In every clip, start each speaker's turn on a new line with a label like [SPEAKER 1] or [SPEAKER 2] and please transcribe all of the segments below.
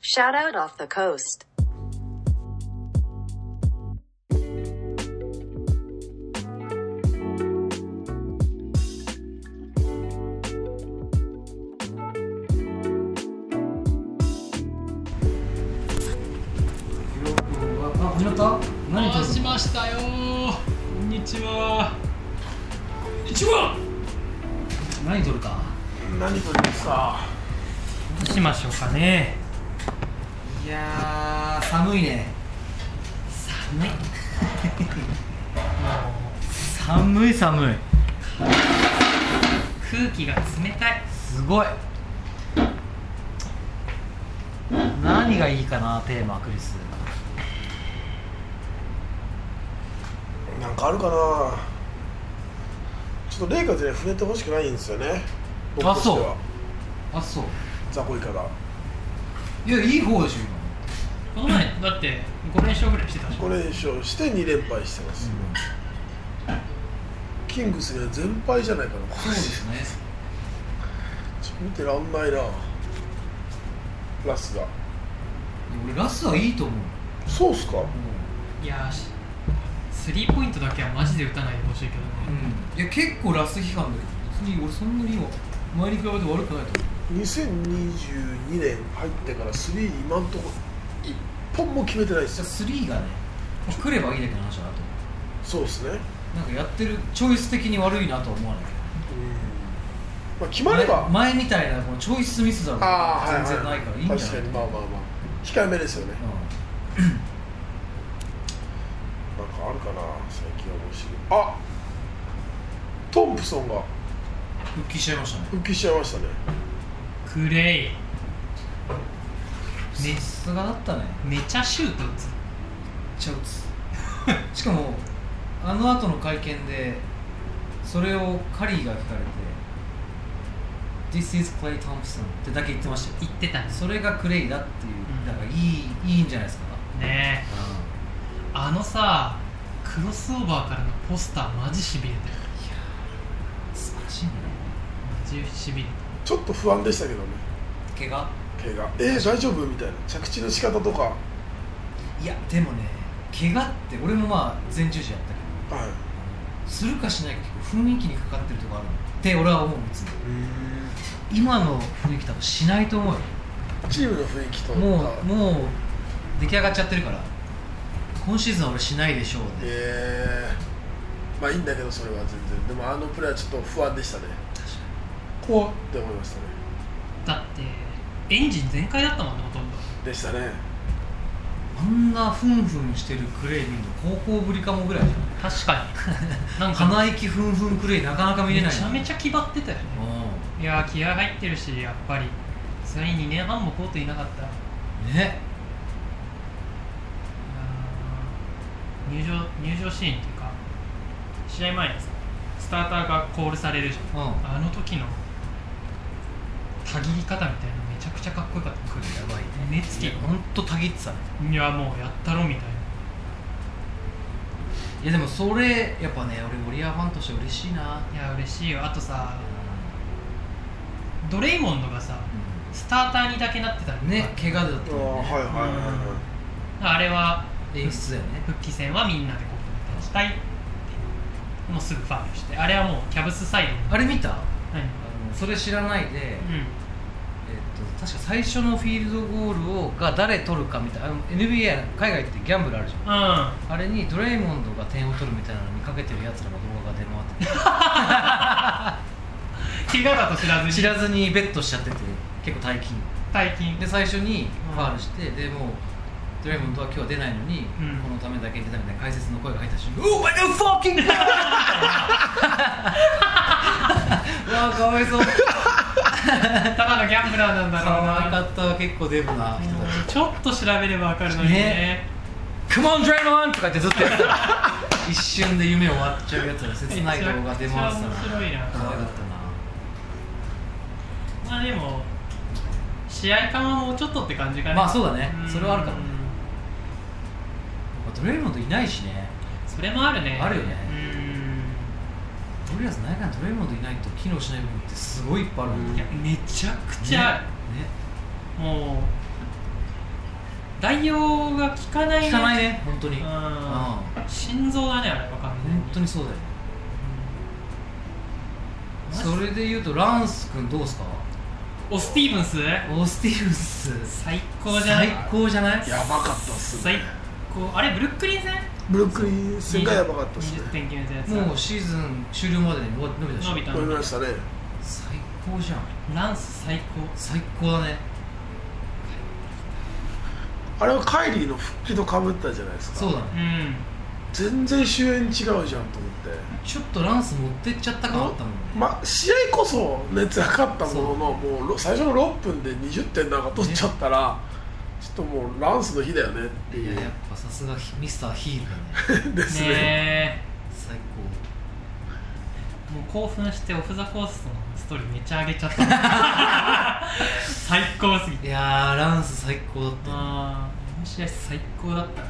[SPEAKER 1] Shout out off the coast.
[SPEAKER 2] あ、始まった何
[SPEAKER 3] 回
[SPEAKER 2] 撮
[SPEAKER 3] し
[SPEAKER 2] る
[SPEAKER 3] ましたよーこんにちは一番
[SPEAKER 2] 何撮るか
[SPEAKER 4] 何撮りますか
[SPEAKER 3] どうしましょうかね
[SPEAKER 2] いやー、寒いね
[SPEAKER 3] 寒いもう寒い寒い空気が冷たい
[SPEAKER 2] すごい何がいいかな、テーマ、クリス
[SPEAKER 4] なんかあるかなちょっとレイカーズに触れてほしくないんですよね僕としては
[SPEAKER 2] あ、そう
[SPEAKER 4] ザコイカが
[SPEAKER 2] いや、いい方でしょ、
[SPEAKER 3] この前だって5連勝ぐらいしてたでしょ
[SPEAKER 4] 5連勝して2連敗してます、キングスには全敗じゃないかな
[SPEAKER 2] 今そうですね
[SPEAKER 4] ちょっと見てらんないなラスが
[SPEAKER 2] いや俺、ラスはいいと思う
[SPEAKER 4] そうっすか
[SPEAKER 3] いやーしスリーポイントだけはマジで打たないでほしいけど
[SPEAKER 2] うん、
[SPEAKER 3] ね、
[SPEAKER 2] いや、結構ラス批判だけど別に俺そんなに今前に比べて悪くないと思
[SPEAKER 4] 2022年入ってから3今んとこ1本も決めてないですよ
[SPEAKER 2] うじゃあ、3がねもう来ればいいだけの話だなと思
[SPEAKER 4] そうですね
[SPEAKER 2] うなんかやってるチョイス的に悪いなとは思わないけど
[SPEAKER 4] まあ決まれば
[SPEAKER 2] 前前みたいなこのチョイスミスだろう
[SPEAKER 4] あ
[SPEAKER 2] 全
[SPEAKER 4] あ
[SPEAKER 2] 然ないからいいんじゃない
[SPEAKER 4] 確かにまあまあまあ控えめですよね
[SPEAKER 2] う
[SPEAKER 4] なんかあるかな最近面白いあトンプソンが
[SPEAKER 2] ん復帰しちゃいましたね
[SPEAKER 4] 復帰しちゃいましたね
[SPEAKER 3] クレイね
[SPEAKER 2] さすがだったね
[SPEAKER 3] めちゃシュート打つ
[SPEAKER 2] ちゃうつ しかもあの後の会見でそれをカリーが聞かれて「This is Clay Thompson」ってだけ言ってましたよ
[SPEAKER 3] 言ってたんです
[SPEAKER 2] それがクレイだっていう、
[SPEAKER 3] うん
[SPEAKER 2] だからいいいいんじゃないですか、
[SPEAKER 3] ねえあのさクロスオーバーからのポスターマジしびれたよ
[SPEAKER 2] 素晴らしいね
[SPEAKER 3] マジしびれた
[SPEAKER 4] ちょっと不安でしたけどね
[SPEAKER 2] 怪我
[SPEAKER 4] 怪我えー、大丈夫みたいな着地の仕方とかはい
[SPEAKER 2] やでもね怪我って俺もまあ前十字やったけどするかしないか結構雰囲気にかかってるとこあるって俺は思うんですよ今の雰囲気多分しないと思うよ
[SPEAKER 4] チームの雰囲気と
[SPEAKER 2] も
[SPEAKER 4] あ
[SPEAKER 2] うもう出来上がっちゃってるから今シーズンは俺しないでしょうね
[SPEAKER 4] えー、まあいいんだけどそれは全然でもあのプレーはちょっと不安でしたね怖っって思いました
[SPEAKER 3] だ
[SPEAKER 4] ね
[SPEAKER 3] ってエンジン全開だったもんねほとんど
[SPEAKER 4] でしたね
[SPEAKER 2] あんなふんふんしてるクレイ見るの高校ぶりかもぐらいじゃ
[SPEAKER 3] 確かになん
[SPEAKER 2] ん
[SPEAKER 3] か
[SPEAKER 2] 鼻息ふんふんクレイなかなか見れ
[SPEAKER 3] め
[SPEAKER 2] ない
[SPEAKER 3] ちゃめちゃ気張ってたよね
[SPEAKER 2] うん
[SPEAKER 3] いやー気合入ってるしやっぱりそれに2年半もコートいなかったら
[SPEAKER 2] ね
[SPEAKER 3] うん入場入場シーンっていうか試合前にさスターターがコールされるじ
[SPEAKER 2] うん
[SPEAKER 3] ゃんあの時のたぎり方みたいなめちゃくちゃかっこよかった
[SPEAKER 2] クレイやばいね
[SPEAKER 3] 目つきい
[SPEAKER 2] ほんとたぎってたね
[SPEAKER 3] やもうやったろみたいない
[SPEAKER 2] やでもそれやっぱね俺ウォリアーファンとして嬉しいない
[SPEAKER 3] や嬉しいよあとさドレイモンドがさ
[SPEAKER 2] う
[SPEAKER 3] スターターにだけなってたの
[SPEAKER 2] んね怪我だっ
[SPEAKER 4] あ
[SPEAKER 2] た
[SPEAKER 4] ー
[SPEAKER 2] もん
[SPEAKER 4] はい
[SPEAKER 2] ね
[SPEAKER 4] はいはいは
[SPEAKER 3] あれは
[SPEAKER 2] 演出だよね
[SPEAKER 3] 復帰戦はみんなでこう出したいってもうすぐファウルしてあれはもうキャブスサイドに
[SPEAKER 2] あれ見たあ
[SPEAKER 3] はい
[SPEAKER 2] のそれ知らないで、
[SPEAKER 3] うん
[SPEAKER 2] えっと、確か最初のフィールドゴールをが誰取るかみたいなあの NBA 海外ってギャンブルあるじゃ
[SPEAKER 3] うん
[SPEAKER 2] んあれにドレイモンドが点を取るみたいなのにかけてるやつらの動画が出回って
[SPEAKER 3] 怪我だと知らず
[SPEAKER 2] て
[SPEAKER 3] に
[SPEAKER 2] 知らずにベットしちゃってて結構大金
[SPEAKER 3] 大金
[SPEAKER 2] で最初にファールして、でもうドレイモンドは今日は出ないのに、
[SPEAKER 3] うん
[SPEAKER 2] このためだけに出たみたいな解説の声が入った瞬間「お前のフォーキング!」わあかわい そう
[SPEAKER 3] ただのギャンブラーなんだ
[SPEAKER 2] か
[SPEAKER 3] ろう
[SPEAKER 2] わい
[SPEAKER 3] な
[SPEAKER 2] かった結構デブな人たち
[SPEAKER 3] ちょっと調べればわかるのにね
[SPEAKER 2] ねクモンドレイモンとか言ってずっとやってた 一瞬で夢終わっちゃうやつら切ない動画出回ってたな
[SPEAKER 3] めちゃくちゃ面白いな
[SPEAKER 2] 可愛かった
[SPEAKER 3] まあでも試合感はもうちょっとって感じか
[SPEAKER 2] な
[SPEAKER 3] な
[SPEAKER 2] まあそうだね
[SPEAKER 3] うん
[SPEAKER 2] それはあるかもねまあドレイモンドいないしね
[SPEAKER 3] それもあるね
[SPEAKER 2] あるよね
[SPEAKER 3] う
[SPEAKER 2] とりあえず何やかんやドレイモンドいないと機能しない部分ってすごいいっぱいあるもん
[SPEAKER 3] んいやめちゃくちゃある、
[SPEAKER 2] ねね
[SPEAKER 3] もう代用が効かない
[SPEAKER 2] 聞かないね本当
[SPEAKER 3] う
[SPEAKER 2] に、
[SPEAKER 3] ん
[SPEAKER 2] うん、本
[SPEAKER 3] 心臓だねあれわかんない
[SPEAKER 2] 当にそうだよ
[SPEAKER 3] マジ
[SPEAKER 2] それで言うとランス君どうすか
[SPEAKER 3] おスティーブンス
[SPEAKER 2] オースティーブンス
[SPEAKER 3] 最高じゃない
[SPEAKER 2] 最高じゃない
[SPEAKER 4] やばかったっす
[SPEAKER 3] 最
[SPEAKER 4] ね
[SPEAKER 3] 高あれブルックリン戦
[SPEAKER 4] ブルックリン戦がやばかったっすね
[SPEAKER 3] 20点決めたやつ
[SPEAKER 2] もうシーズン終了までに伸びたでしょ
[SPEAKER 3] 伸びた
[SPEAKER 4] 思いましたね
[SPEAKER 2] 最高じゃん
[SPEAKER 3] ランス最高
[SPEAKER 2] 最高だね
[SPEAKER 4] あれはカイリーの復帰とかぶったじゃないですか
[SPEAKER 2] そうだ
[SPEAKER 3] う
[SPEAKER 2] ね
[SPEAKER 3] ん
[SPEAKER 4] 全然終焉違うじゃんと思って
[SPEAKER 2] ちょっとランス持ってっちゃった感あったもんね
[SPEAKER 4] まあ試合こそ熱がかったもののもうろ最初の6分で20点なんか取っちゃったら、ちょっともうランスの日だよねって
[SPEAKER 2] い
[SPEAKER 4] いう
[SPEAKER 2] ややっぱさすがヒミスターヒールだね
[SPEAKER 4] ですね
[SPEAKER 3] ね
[SPEAKER 2] 最
[SPEAKER 3] えもう興奮してオフ・ザ・コーストのストーリーめっちゃ上げちゃった 最高すぎ
[SPEAKER 2] 高
[SPEAKER 3] て
[SPEAKER 2] いやーランス最高だったよね
[SPEAKER 3] あああの試合最高だったな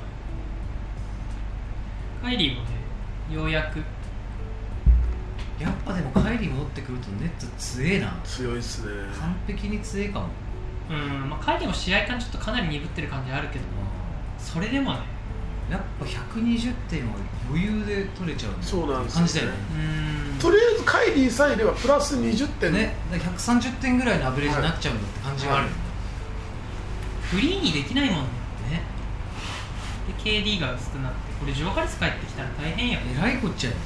[SPEAKER 3] カイリーもねようやく
[SPEAKER 2] やっぱでもカイリー持ってくるとネット強えな
[SPEAKER 4] 強いっすね
[SPEAKER 2] 完璧に強えかも
[SPEAKER 3] うん、まあ、カイリーも試合感ちょっとかなり鈍ってる感じあるけどそれでもね
[SPEAKER 2] やっぱ120点は余裕で取れちゃうね
[SPEAKER 4] そうなんですよ
[SPEAKER 2] 感
[SPEAKER 4] ね
[SPEAKER 2] じだよね
[SPEAKER 3] うん
[SPEAKER 4] とりあえずカイリーさえいればプラス20点
[SPEAKER 2] ねだから130点ぐらいのアベレージになっちゃうんだって感じがあるよね、
[SPEAKER 3] フリーにできないもんね
[SPEAKER 2] ね
[SPEAKER 3] で KD が薄くなってこれジョーカルス帰ってきたら大変よ
[SPEAKER 2] えらいこっちゃよ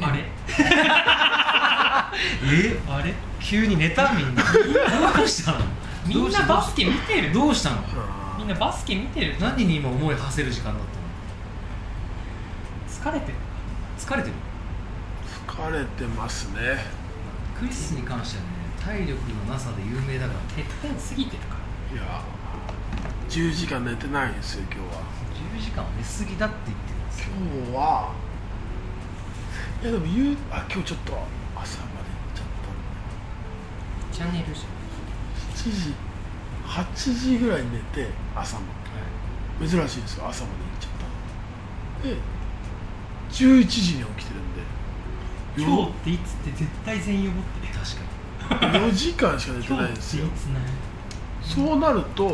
[SPEAKER 3] あれ
[SPEAKER 2] え
[SPEAKER 3] あれ
[SPEAKER 2] 急に寝たみんなどうしたの
[SPEAKER 3] みんなバスケ見てる
[SPEAKER 2] どうしたの
[SPEAKER 3] みんなバスケ見てる
[SPEAKER 2] 何に今思い馳せる時間だった
[SPEAKER 3] 疲れてる
[SPEAKER 2] の疲れてる
[SPEAKER 4] 疲れてますね
[SPEAKER 2] クリスに関してはね体力のなさで有名だから
[SPEAKER 3] てっぺん過ぎてるから
[SPEAKER 4] いや10時間寝てないんですよ今日は
[SPEAKER 2] 10時間は寝すぎだって言ってるんですよ
[SPEAKER 4] 今日はいやでも言うあ今日ちょっと朝まで行っちゃ
[SPEAKER 3] チ
[SPEAKER 4] っ
[SPEAKER 3] ャンネルじ
[SPEAKER 4] た7時8時ぐらいに寝て朝まで珍しいですよ朝まで行っちゃったので11時に起きてるんで
[SPEAKER 3] ゃん今日っていつって絶対全員思ってる
[SPEAKER 2] 確か
[SPEAKER 4] 4時間しか寝て
[SPEAKER 3] 今
[SPEAKER 4] ない
[SPEAKER 3] 日
[SPEAKER 4] ん
[SPEAKER 3] って
[SPEAKER 4] で
[SPEAKER 3] い
[SPEAKER 4] す
[SPEAKER 3] つ
[SPEAKER 4] よ
[SPEAKER 3] なの
[SPEAKER 4] そうなると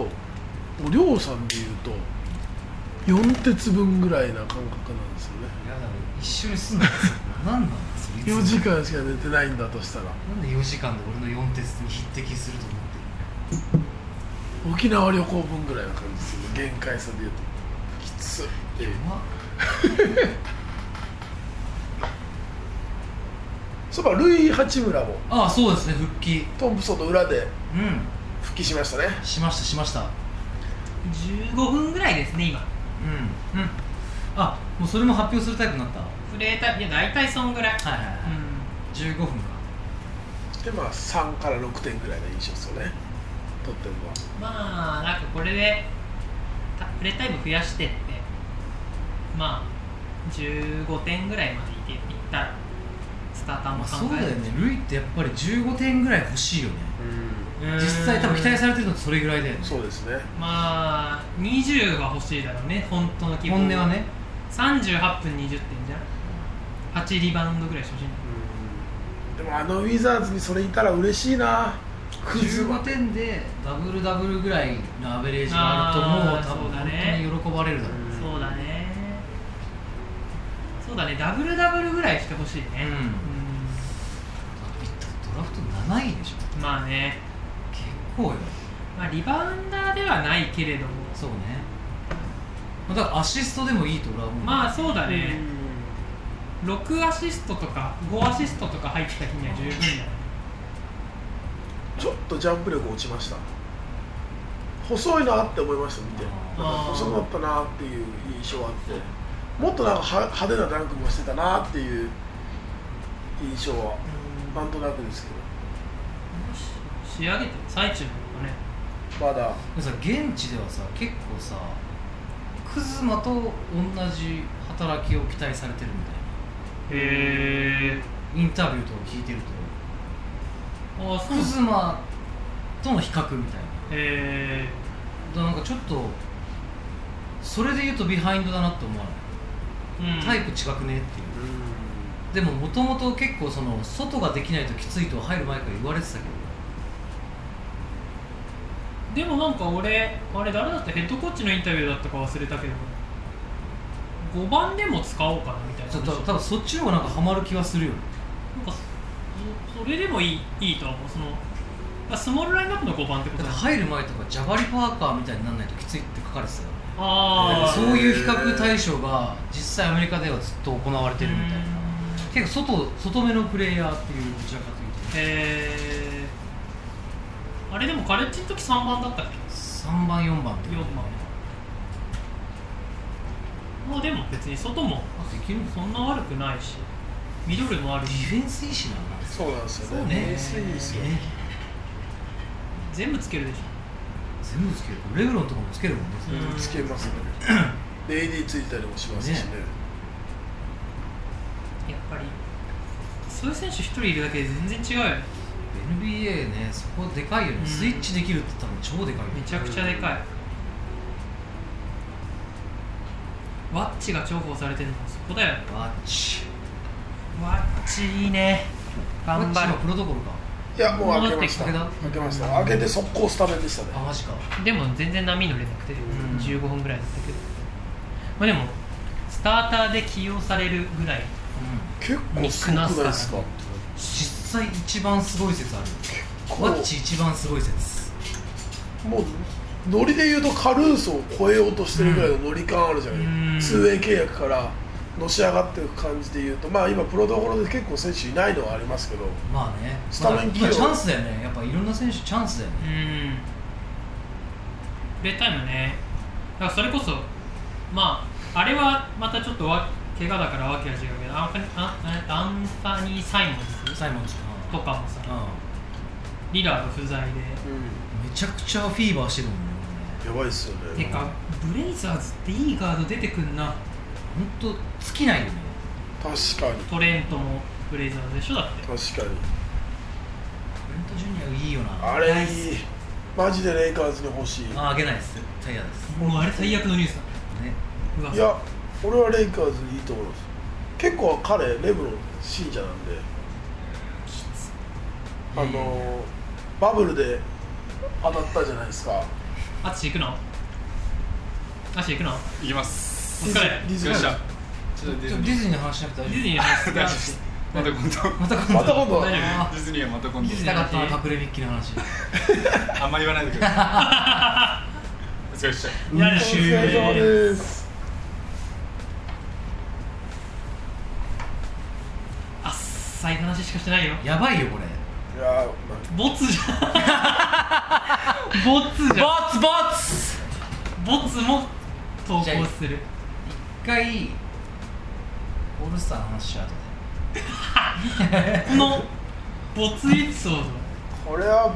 [SPEAKER 4] おりょうさんで言うと4鉄分ぐらいな感覚なんですよね
[SPEAKER 2] にやだろ一緒に住んだらさ何なんだそれいつも
[SPEAKER 4] 4時間しか寝てないんだとしたら
[SPEAKER 2] なんで4時間で俺の4鉄に匹敵すると思ってる
[SPEAKER 4] 沖縄旅行分ぐらいな感じですよね限界差で言うときつっていう
[SPEAKER 2] うまっ
[SPEAKER 4] そういえばルイ・八村も
[SPEAKER 2] ああそうですね復帰
[SPEAKER 4] トンプソンの裏で
[SPEAKER 2] う
[SPEAKER 4] 復帰しましたね
[SPEAKER 2] んしましたしました
[SPEAKER 3] 15分ぐらいですね今
[SPEAKER 2] うんうんあもうそれも発表するタイプになったは
[SPEAKER 3] プレータイいや大体そんぐらい
[SPEAKER 2] いはいは
[SPEAKER 3] う
[SPEAKER 2] い、
[SPEAKER 3] ん
[SPEAKER 2] 15分か
[SPEAKER 4] でまあ3から6点ぐらいが印象ですよねとっても
[SPEAKER 3] まあなんかこれでたプレータイム増やしてってまあ15点ぐらいまでいけいったらスターター
[SPEAKER 2] ま
[SPEAKER 3] も
[SPEAKER 2] あ、
[SPEAKER 3] 考
[SPEAKER 2] そう
[SPEAKER 3] え
[SPEAKER 2] だよ
[SPEAKER 3] るし
[SPEAKER 2] ねルイってやっぱり15点ぐらい欲しいよね
[SPEAKER 4] うん
[SPEAKER 3] うん
[SPEAKER 2] 実際多分期待されてるのってそれぐらいだよね
[SPEAKER 4] そうですね
[SPEAKER 3] まあ20は欲しいだろうね本当の希望
[SPEAKER 2] 本音はね
[SPEAKER 3] 38分20点じゃん8リバウンドぐらいしてほしいんだ
[SPEAKER 4] うんでもあのウィザーズにそれいたら嬉しいなクズは
[SPEAKER 2] 15点でダブルダブルぐらいのアベレージがあると
[SPEAKER 3] あー
[SPEAKER 2] もう多分
[SPEAKER 3] そうだ
[SPEAKER 2] 本
[SPEAKER 3] ね
[SPEAKER 2] 当に喜ばれるだろうね
[SPEAKER 4] うん
[SPEAKER 3] そうだねそうだねダブルダブルぐらいしてほしいね
[SPEAKER 2] うんドラフト7位でしょ
[SPEAKER 3] うんまあね、
[SPEAKER 2] 結構よ
[SPEAKER 3] まあ、リバウンダーではないけれども
[SPEAKER 2] そうねまあだからアシストでもいいと俺は思う
[SPEAKER 3] まあ
[SPEAKER 2] あ
[SPEAKER 3] そうだ
[SPEAKER 4] うん
[SPEAKER 3] ね、6アシストとか5アシストとか入ってた日には十分だよね
[SPEAKER 4] ちょっとジャンプ力落ちました細いなって思いました見て
[SPEAKER 2] あ
[SPEAKER 3] ー
[SPEAKER 4] なんか細くなったなっていう印象あってもっとなんかは派手なダンクもしてたなっていう印象はなんとなくですけ
[SPEAKER 3] し仕上げてる最中なのかね
[SPEAKER 4] どまだ
[SPEAKER 2] でもさ現地ではさ結構さクズマと同じ働きを期待されてるみたい
[SPEAKER 3] へえ
[SPEAKER 2] なインタビューとか聞いてると
[SPEAKER 3] ああそう
[SPEAKER 2] クズマとの比較みたいな
[SPEAKER 3] へえ
[SPEAKER 2] だからなんかちょっとそれで言うとビハインドだなって思わない、タイプ違くねっていう
[SPEAKER 4] う
[SPEAKER 2] でももともと結構その外ができないときついとは入る前から言われてたけど
[SPEAKER 3] でもなんか俺あれ誰だったヘッドコーチのインタビューだったか忘れたけど5番でも使おうかなみたいな
[SPEAKER 2] ちょっ
[SPEAKER 3] 話
[SPEAKER 2] と多分そっちの方がなんかハマる気はするよね
[SPEAKER 3] なんかそそれでもいいいいとは思うそのあスモールラインナップの5番ってこ
[SPEAKER 2] だ
[SPEAKER 3] と
[SPEAKER 2] って
[SPEAKER 3] だ
[SPEAKER 2] 入る前とかジャバリパーカーみたいにならないときついって書かれてたよ
[SPEAKER 3] ああ
[SPEAKER 2] そういう比較対象が実際アメリカではずっと行われてるみたいな結構外外目のプレイヤーっていうどちらかというと
[SPEAKER 3] えー、あれでもカレッジの時3番だったっけ
[SPEAKER 2] 3番4番って
[SPEAKER 3] 4番もうでも別に外も
[SPEAKER 2] あできるんです
[SPEAKER 3] そんな悪くないしミドルもある
[SPEAKER 2] デ
[SPEAKER 3] し
[SPEAKER 2] ィフェンスいいしなんです
[SPEAKER 4] そうなんですよ
[SPEAKER 2] そう
[SPEAKER 4] ね
[SPEAKER 2] ね
[SPEAKER 4] 安いんですよ、
[SPEAKER 2] ね
[SPEAKER 3] 全部つけるでし
[SPEAKER 2] 全部つけるレブロンとかもつけるもんね
[SPEAKER 3] ょ、
[SPEAKER 4] つけますね AD ついたりもしますしね
[SPEAKER 2] ね
[SPEAKER 3] やっぱりそういう選手一人いるだけで全然違うよね
[SPEAKER 2] NBA ねそこでかいよね、
[SPEAKER 3] うん
[SPEAKER 2] スイッチできるって言ったら超でかいよね
[SPEAKER 3] めちゃくちゃでかいワッチが重宝されてるのはそこだよ
[SPEAKER 2] バッチ
[SPEAKER 3] ワッチいいね頑張
[SPEAKER 2] バッチ
[SPEAKER 3] る
[SPEAKER 2] のプロトコルか
[SPEAKER 4] いやもう開けました
[SPEAKER 2] 戻ってきた
[SPEAKER 4] 開けました開けて速攻スタメンでしたね
[SPEAKER 2] あマジか
[SPEAKER 3] でも全然波乗れなくて、
[SPEAKER 2] ん
[SPEAKER 3] 15分ぐらいだったけど、まあ、でもスターターで起用されるぐらい
[SPEAKER 2] うん
[SPEAKER 4] 結構すごくないですか
[SPEAKER 2] 実際一番すごい説ある
[SPEAKER 4] こう
[SPEAKER 2] ワッチ一番すごい説
[SPEAKER 4] もうノリで言うとカルーソを超えようとしてるぐらいのノリ感あるじゃ
[SPEAKER 3] うん
[SPEAKER 4] ないですか、2 way 契約からのし上がっていく感じで言うとまあ今プロどころで結構選手いないのはありますけど
[SPEAKER 2] まあね
[SPEAKER 4] スタメン起用
[SPEAKER 2] まあチャンスだよねやっぱいろんな選手チャンスだよね
[SPEAKER 3] うんプレータイムねだからそれこそまああれはまたちょっとわ怪我だからわけが違うけどアンファニアンアンファニー・サイモンズ
[SPEAKER 2] サイモンズ
[SPEAKER 3] とかもさ
[SPEAKER 2] うん
[SPEAKER 3] リラード不在で
[SPEAKER 2] めちゃくちゃフィーバーしてるもんね
[SPEAKER 4] やばいっすよ
[SPEAKER 3] て
[SPEAKER 4] ね
[SPEAKER 3] かブレイザーズっていいガード出てくんな
[SPEAKER 2] 本当尽きないよね
[SPEAKER 4] 確かに
[SPEAKER 3] トレントもブレイザーズでしょだって
[SPEAKER 4] 確かに
[SPEAKER 2] トレント・ジュニアいいよな
[SPEAKER 4] あれいいマジでレイカーズに欲しい
[SPEAKER 2] ああげないですタイヤですね
[SPEAKER 3] もうあれ最悪のニュースだうわ
[SPEAKER 4] いや俺はレイカーズいいと思います結構彼レブロン信者なんであのバブルで当たったじゃないですか
[SPEAKER 3] アッチ行くのアッチ行くの
[SPEAKER 5] 行きます
[SPEAKER 3] お疲れ
[SPEAKER 4] ディズ
[SPEAKER 5] よ
[SPEAKER 4] ニ
[SPEAKER 5] っし
[SPEAKER 4] ー
[SPEAKER 5] ゃちょっと
[SPEAKER 2] デ
[SPEAKER 5] デ
[SPEAKER 2] ィズニー
[SPEAKER 5] ィズニ
[SPEAKER 2] デ
[SPEAKER 5] ー
[SPEAKER 2] ィズニーの話しなくて
[SPEAKER 3] デ
[SPEAKER 2] 大
[SPEAKER 3] ィ
[SPEAKER 2] 丈
[SPEAKER 3] ズニーの話
[SPEAKER 5] 大丈夫ですまた今度
[SPEAKER 2] 夫また今度
[SPEAKER 4] また今度
[SPEAKER 3] 大丈
[SPEAKER 5] ディズニーはまた今
[SPEAKER 2] 聞きたか
[SPEAKER 5] 度
[SPEAKER 2] ったな隠れミッキーの話
[SPEAKER 5] あんま言わないでくださ いお疲れっした
[SPEAKER 3] 夫やだ
[SPEAKER 4] お疲れ様です
[SPEAKER 3] あっさい話しかしてないよ
[SPEAKER 2] やばいよこれ
[SPEAKER 4] いやー
[SPEAKER 3] ボツじゃんボツじゃん
[SPEAKER 2] ツボツ
[SPEAKER 3] ボツも投稿する
[SPEAKER 2] 一回オールスターの話しちゃうとね
[SPEAKER 3] このボツエピソード
[SPEAKER 4] これは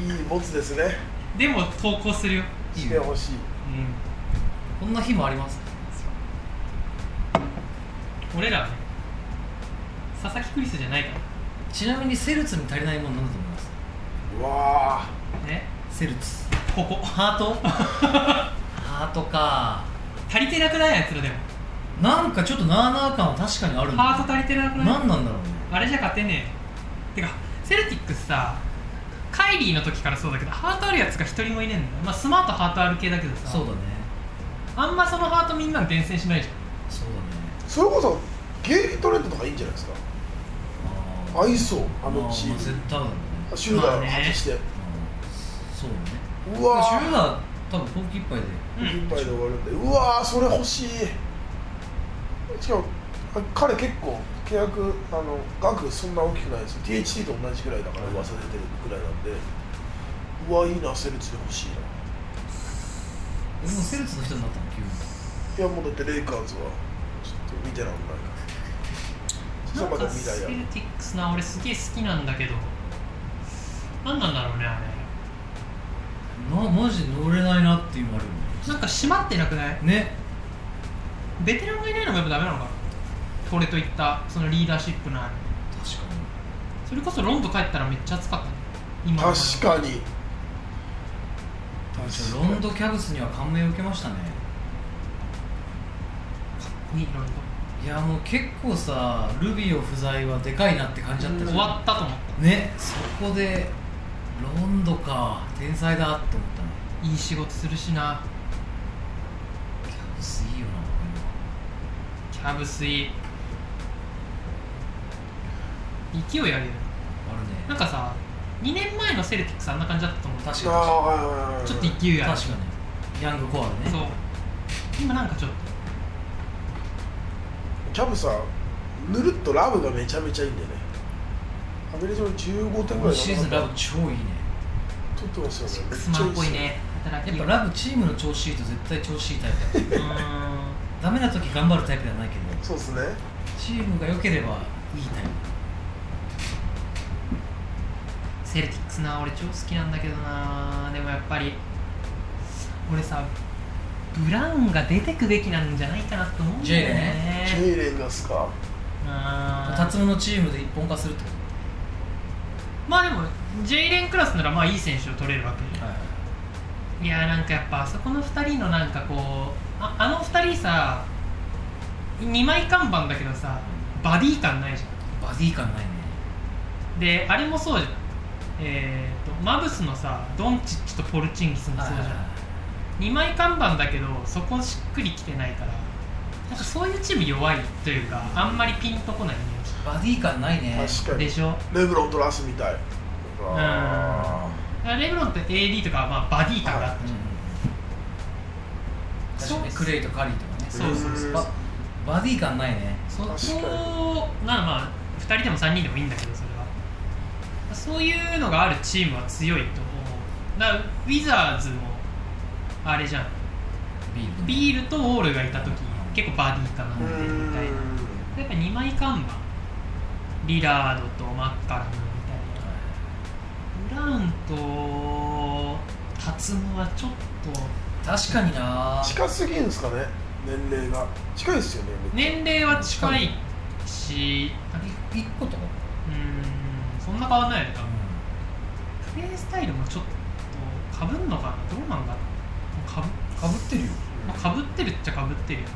[SPEAKER 4] いいボツですね
[SPEAKER 3] でも投稿するよ
[SPEAKER 2] い
[SPEAKER 4] し
[SPEAKER 2] い
[SPEAKER 4] て
[SPEAKER 2] よ
[SPEAKER 4] ほしい
[SPEAKER 3] う
[SPEAKER 2] こ
[SPEAKER 3] ん
[SPEAKER 2] んな日もあります
[SPEAKER 3] 俺らはね佐々木クリスじゃないから
[SPEAKER 2] ちなみにセルツに足りないものなんだと思います
[SPEAKER 4] うわあ
[SPEAKER 3] ね
[SPEAKER 2] セルツ
[SPEAKER 3] ここハ ート
[SPEAKER 2] ハートか
[SPEAKER 3] 足りてなくないやつらでも
[SPEAKER 2] なんかちょっとなあなあ感は確かにあるんだ
[SPEAKER 3] ハート足りてなくない
[SPEAKER 2] 何なんだろうね
[SPEAKER 3] あれじゃ勝てねえよてかセルティックスさカイリーの時からそうだけどハートあるやつが一人もいねえんだよまあスマートハートある系だけどさ
[SPEAKER 2] そうだね
[SPEAKER 3] あんまそのハートみんな伝染しないじゃん
[SPEAKER 2] そうだね
[SPEAKER 4] それこそゲイトレントとかいいんじゃないですか
[SPEAKER 2] あー
[SPEAKER 4] 合いそうあのチー
[SPEAKER 2] まあ絶
[SPEAKER 4] ム
[SPEAKER 2] 対あるだろうね
[SPEAKER 4] シュー
[SPEAKER 3] まあ
[SPEAKER 4] ター
[SPEAKER 3] ね
[SPEAKER 4] 外して
[SPEAKER 2] うんそうね
[SPEAKER 4] うわ
[SPEAKER 2] シ
[SPEAKER 4] ー
[SPEAKER 2] ューダー多分本気いっぱいで
[SPEAKER 4] 一杯で終わるんでうわーそれ欲しいしかも彼結構契約あの額そんな大きくないですよ THT と同じぐらいだから噂出てるぐらいなんでうわいいなセルツで欲しいな
[SPEAKER 2] えもうセルツの人になったの急に
[SPEAKER 4] いやもうだってレイカーズはちょっと見てらんないからそしたらま
[SPEAKER 3] なん
[SPEAKER 4] た
[SPEAKER 3] か
[SPEAKER 4] 未
[SPEAKER 3] セ
[SPEAKER 4] 来
[SPEAKER 3] ル
[SPEAKER 4] やる
[SPEAKER 3] ティックスな俺すげえ好きなんだけどなんなんだろうねあれ
[SPEAKER 2] なマジで乗れないなっていうのあるよ
[SPEAKER 3] なんか締まってなくない
[SPEAKER 2] ねね
[SPEAKER 3] ベテランがいないのがやっぱダメなのかなこれといったそのリーダーシップのある
[SPEAKER 2] 確か
[SPEAKER 3] それこそロンドン帰ったらめっちゃ熱かったね今
[SPEAKER 4] 確かに
[SPEAKER 2] にじゃあロンドキャブスには感銘を受けましたね
[SPEAKER 3] にいいロンドン
[SPEAKER 2] いやもう結構さルビオ不在はでかいなって感じだったじゃん
[SPEAKER 3] 終わったと思っ
[SPEAKER 2] ねそこでロンドか天才だって思ったね
[SPEAKER 3] たいい仕事するしな
[SPEAKER 2] キャブスいいよな
[SPEAKER 3] キャブスイ勢いあるよね
[SPEAKER 2] これあ
[SPEAKER 3] なん
[SPEAKER 2] るね
[SPEAKER 3] かさ2年前のセルティックスあんな感じだったと思う
[SPEAKER 2] 確
[SPEAKER 4] あー
[SPEAKER 2] か
[SPEAKER 4] はいはいはい
[SPEAKER 3] ちょっと勢いある
[SPEAKER 2] 確かにヤングコアルね
[SPEAKER 3] そう今なんかちょっ
[SPEAKER 4] キャブさぬるっとラブがめちゃめちゃいいんだよねアベレージの15点ぐら
[SPEAKER 2] 今
[SPEAKER 4] い
[SPEAKER 2] シーズンラブ超いいね
[SPEAKER 4] 取ってますよね
[SPEAKER 3] とスマンっぽいね働
[SPEAKER 2] やっ
[SPEAKER 3] き
[SPEAKER 2] ぱ
[SPEAKER 3] よ
[SPEAKER 2] ラブチームの調子いいと絶対調子いいタイプだ
[SPEAKER 3] うーん
[SPEAKER 2] ダメな時頑張るタイプではないけど
[SPEAKER 4] そうですね
[SPEAKER 2] チームが良ければいいタイプ
[SPEAKER 3] セルティックスな俺超好きなんだけどなでもやっぱり俺さブラウンが出てくべきなんじゃないかなと思うんだよね
[SPEAKER 4] ジェイレンがっすか
[SPEAKER 3] うん
[SPEAKER 2] 辰巳のチームで一本化するってこ
[SPEAKER 3] まあでもジェイレンクラスならまあいい選手を取れるわけ
[SPEAKER 2] と、はい
[SPEAKER 3] やーなんかやっぱあそこの2人のなんかこうああの2人さ2枚看板だけどさバディ感ないじゃ
[SPEAKER 2] バディ感ないね
[SPEAKER 3] んであれもそうじゃんえー、とマブスのさドンチッチとポルチンギスもそうじゃん、2枚看板だけどそこしっくりきてないからなんかそういうチーム弱いというかあんまりピンとこないイメ
[SPEAKER 2] バディ感ないね
[SPEAKER 4] 確か
[SPEAKER 3] ージ
[SPEAKER 4] に
[SPEAKER 3] でしょ
[SPEAKER 4] レブロンとラスみたいあ
[SPEAKER 3] レブロンって AD とかはまあバディ感があっ
[SPEAKER 2] う
[SPEAKER 3] た
[SPEAKER 2] ん
[SPEAKER 3] じ
[SPEAKER 2] う
[SPEAKER 3] ゃ
[SPEAKER 2] ん
[SPEAKER 3] ん
[SPEAKER 2] 確かに
[SPEAKER 3] そう
[SPEAKER 2] クレイとカリーとかね
[SPEAKER 3] そうそうそう
[SPEAKER 2] ババディ感ないね
[SPEAKER 3] そこ
[SPEAKER 4] 確か
[SPEAKER 3] ならまあ2人でも3人でもいいんだけどそれはそういうのがあるチームは強いと思うだからウィザーズもあれじゃん
[SPEAKER 2] ビール
[SPEAKER 3] ビールとオールがいた時結構バディかなん
[SPEAKER 4] う
[SPEAKER 3] でみたいな
[SPEAKER 4] ー
[SPEAKER 3] やっぱ2枚看板リラードとマッカラムみたいなブラウンと辰巳はちょっと
[SPEAKER 2] 確かになん
[SPEAKER 4] 近すぎんですかね年齢が近いですよね
[SPEAKER 3] 年齢は近いし
[SPEAKER 2] 一個とか、
[SPEAKER 3] うんそんな変わんないよね多分プレースタイルもちょっとかぶんのかなどうなんだろうかぶ,、
[SPEAKER 2] かぶってるよ
[SPEAKER 3] まあ、かぶってるっちゃかぶってるよね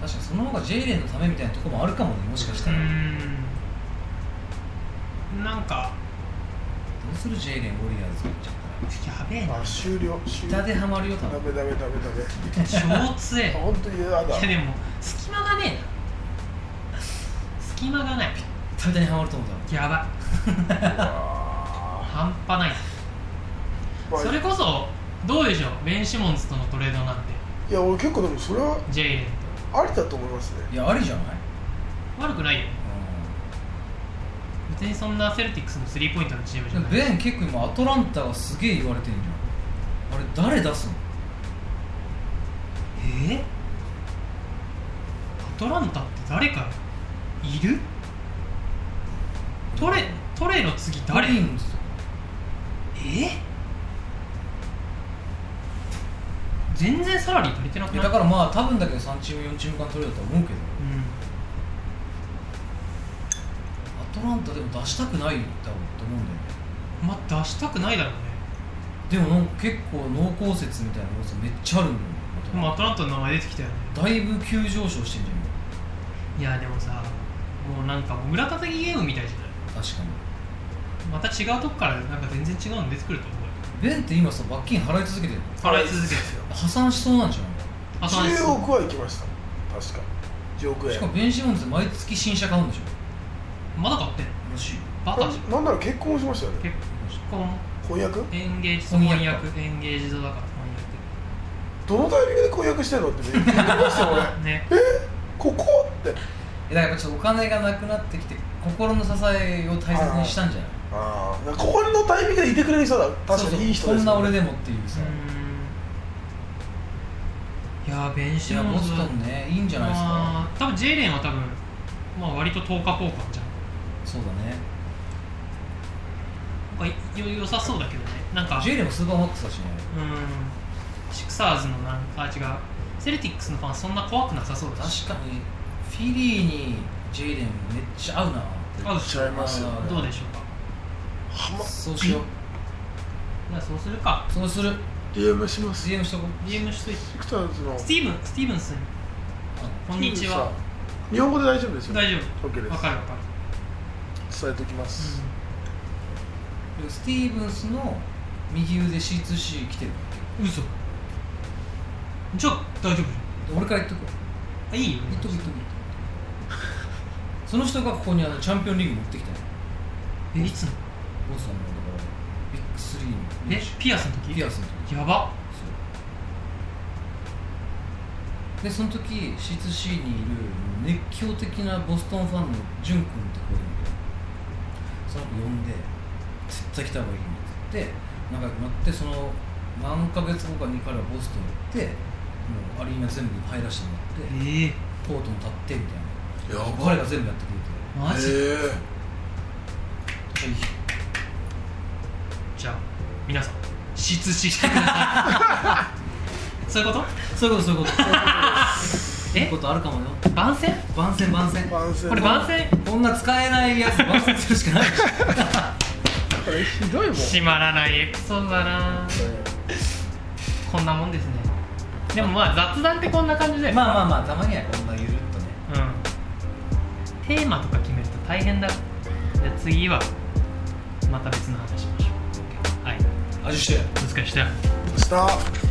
[SPEAKER 2] 確かにその方が J レンのためみたいなとこもあるかもねもしかし
[SPEAKER 3] う
[SPEAKER 2] たら、ど
[SPEAKER 3] んなんか
[SPEAKER 2] うする J レンウォリアーズ行っちゃっ
[SPEAKER 3] やべえな
[SPEAKER 4] あ終了終
[SPEAKER 2] たら痛
[SPEAKER 4] 了ダメ
[SPEAKER 2] 手ハマるよ多
[SPEAKER 4] ダ
[SPEAKER 2] 分
[SPEAKER 4] メダメダメ
[SPEAKER 3] 超強え
[SPEAKER 4] あ本当に嫌だ
[SPEAKER 3] いやでも隙間がねえな隙間がない
[SPEAKER 2] 痛手にハマると思う多分
[SPEAKER 3] やばい半端ないそれ
[SPEAKER 4] い
[SPEAKER 3] こそどうでしょうベン・シモンズとのトレードなんて
[SPEAKER 4] や俺結構でもそれは
[SPEAKER 3] ジェイレンと
[SPEAKER 4] ありだと思いますね
[SPEAKER 2] いやありじゃない、
[SPEAKER 3] 悪くないよ別にそんなセルティックスのスリーポイントのチームじゃ
[SPEAKER 2] うん、
[SPEAKER 3] ない
[SPEAKER 2] ベン結構今アトランタがすげえ言われてんじゃんあれ誰出すの
[SPEAKER 3] えー、アトランタって誰かいるトレトレの次誰
[SPEAKER 2] グリーンズとか
[SPEAKER 3] え全然サラリー足りてなく
[SPEAKER 2] い
[SPEAKER 3] な
[SPEAKER 2] や
[SPEAKER 3] い
[SPEAKER 2] だからまあ多分だけど3チーム4チーム間取れだと思うけど
[SPEAKER 3] うん
[SPEAKER 2] アトランタでも出したくないだろうと思うんだよね
[SPEAKER 3] まあ出したくないだろうね
[SPEAKER 2] でもなんか結構脳梗塞みたいな要素めっちゃあるんだよねア
[SPEAKER 3] で
[SPEAKER 2] トランタ
[SPEAKER 3] もアトランタの名前出てきたよね
[SPEAKER 2] だいぶ急上昇してんじゃん今
[SPEAKER 3] いやでもさもうなんかもう裏叩きゲームみたいじゃない
[SPEAKER 2] 確かに
[SPEAKER 3] また違うとこからなんか全然違うの出てくると思うよ
[SPEAKER 2] ベンって今さ罰金払い続けてる
[SPEAKER 3] 払い続けてるよ
[SPEAKER 2] 破産しそうなんじゃん
[SPEAKER 3] あそうなんです
[SPEAKER 4] 10億は行きました確か10億
[SPEAKER 2] しかも
[SPEAKER 4] 円
[SPEAKER 2] ベン・シモンズ毎月新車買うんでしょ
[SPEAKER 3] まだ買ってんの
[SPEAKER 2] らしいよ
[SPEAKER 3] バカじゃん
[SPEAKER 4] なんなら結婚しましたよね
[SPEAKER 3] 結婚
[SPEAKER 4] 婚約
[SPEAKER 3] エンゲージ
[SPEAKER 2] 翻
[SPEAKER 3] 翻
[SPEAKER 2] 訳か
[SPEAKER 3] 訳エンゲージドだから翻
[SPEAKER 4] どのタイミングで婚約してんのってね言いました俺
[SPEAKER 3] 訳ね
[SPEAKER 4] ここって
[SPEAKER 2] えだからやっぱちょっとお金がなくなってきて心の支えを大切にしたんじゃない
[SPEAKER 4] ああここのタイミングでいてくれる人だ確かにいい人
[SPEAKER 2] そうそう
[SPEAKER 4] です
[SPEAKER 2] こんな俺
[SPEAKER 4] で
[SPEAKER 2] でもっていう
[SPEAKER 3] う
[SPEAKER 2] さ
[SPEAKER 3] ーんいやーベン
[SPEAKER 2] い
[SPEAKER 3] シ
[SPEAKER 2] や
[SPEAKER 3] モン
[SPEAKER 2] ボ
[SPEAKER 3] ズ
[SPEAKER 2] ストンねいいんじゃないですか
[SPEAKER 3] まあ多分ジェイレンは多分まあ割と10日交換じゃん
[SPEAKER 2] そうだね
[SPEAKER 3] なんかよ良さそうだけどねなんか
[SPEAKER 2] ジェイレンもスーパーマックスだしね
[SPEAKER 3] うんシクサーズのなんかあ違うセルティックスのファンそんな怖くなさそうだし
[SPEAKER 2] 確かにフィリーにジェイレンめっちゃ合うな
[SPEAKER 3] 合うっし
[SPEAKER 4] ち
[SPEAKER 3] ょ
[SPEAKER 4] ゃいますよ
[SPEAKER 2] あー
[SPEAKER 3] どうでしょうか
[SPEAKER 4] はま
[SPEAKER 2] そうしよう
[SPEAKER 3] じゃあそうするか
[SPEAKER 2] そうする
[SPEAKER 4] DM します
[SPEAKER 2] DM しとこう
[SPEAKER 3] DM しといて
[SPEAKER 4] ビクターズの
[SPEAKER 3] スティーブンスティーブンスにこんにちは
[SPEAKER 4] 日本語で大丈夫ですよ
[SPEAKER 3] 大丈夫
[SPEAKER 4] OK で
[SPEAKER 3] わかるわかる、
[SPEAKER 4] す伝えておきます、
[SPEAKER 2] スティーブンスの右腕 C2C 来てる
[SPEAKER 3] うん、嘘じゃあ大丈夫じ
[SPEAKER 2] 俺から言っとくわ
[SPEAKER 3] ゃんあいいよ
[SPEAKER 2] 言っとく言 っとく言っとくその人がここにあのチャンピオンリーグ持ってきたの
[SPEAKER 3] えいつの
[SPEAKER 2] ボスさんのだからビッグスリーの
[SPEAKER 3] えピアスの時
[SPEAKER 2] ピアスの時
[SPEAKER 3] やば
[SPEAKER 2] でその時 C2C にいる熱狂的なボストンファンのジュン君って子がいるんだよその子呼んで絶対来た方がいいねって言って仲良くなってその何ヶ月後かに彼はボストン行ってもうアリーナ全部入らせてもらって
[SPEAKER 3] ええ
[SPEAKER 2] コートに立ってみたい
[SPEAKER 4] や
[SPEAKER 2] な
[SPEAKER 4] ば
[SPEAKER 2] 彼が全部やってくれて
[SPEAKER 3] マジ、
[SPEAKER 4] へえ
[SPEAKER 3] じゃあ皆さん失視してください そういうこ
[SPEAKER 2] そういうことそういうこと
[SPEAKER 3] と
[SPEAKER 2] いい
[SPEAKER 3] え
[SPEAKER 2] ことあるかもよ
[SPEAKER 3] 番宣
[SPEAKER 2] 番宣番宣
[SPEAKER 4] 万世
[SPEAKER 3] これ番宣
[SPEAKER 2] こんな使えないやつ番宣するしかないでしょ
[SPEAKER 4] これひどいもん
[SPEAKER 3] 閉まらないエピソードだなこんなもんですねでもまあ雑談ってこんな感じで、
[SPEAKER 2] まあまあまあたまにはこんなゆるっとね
[SPEAKER 3] うんテーマとか決めると大変だじゃあ次はまた別の話しましょうはい
[SPEAKER 2] 味して
[SPEAKER 3] 難しいよ
[SPEAKER 4] した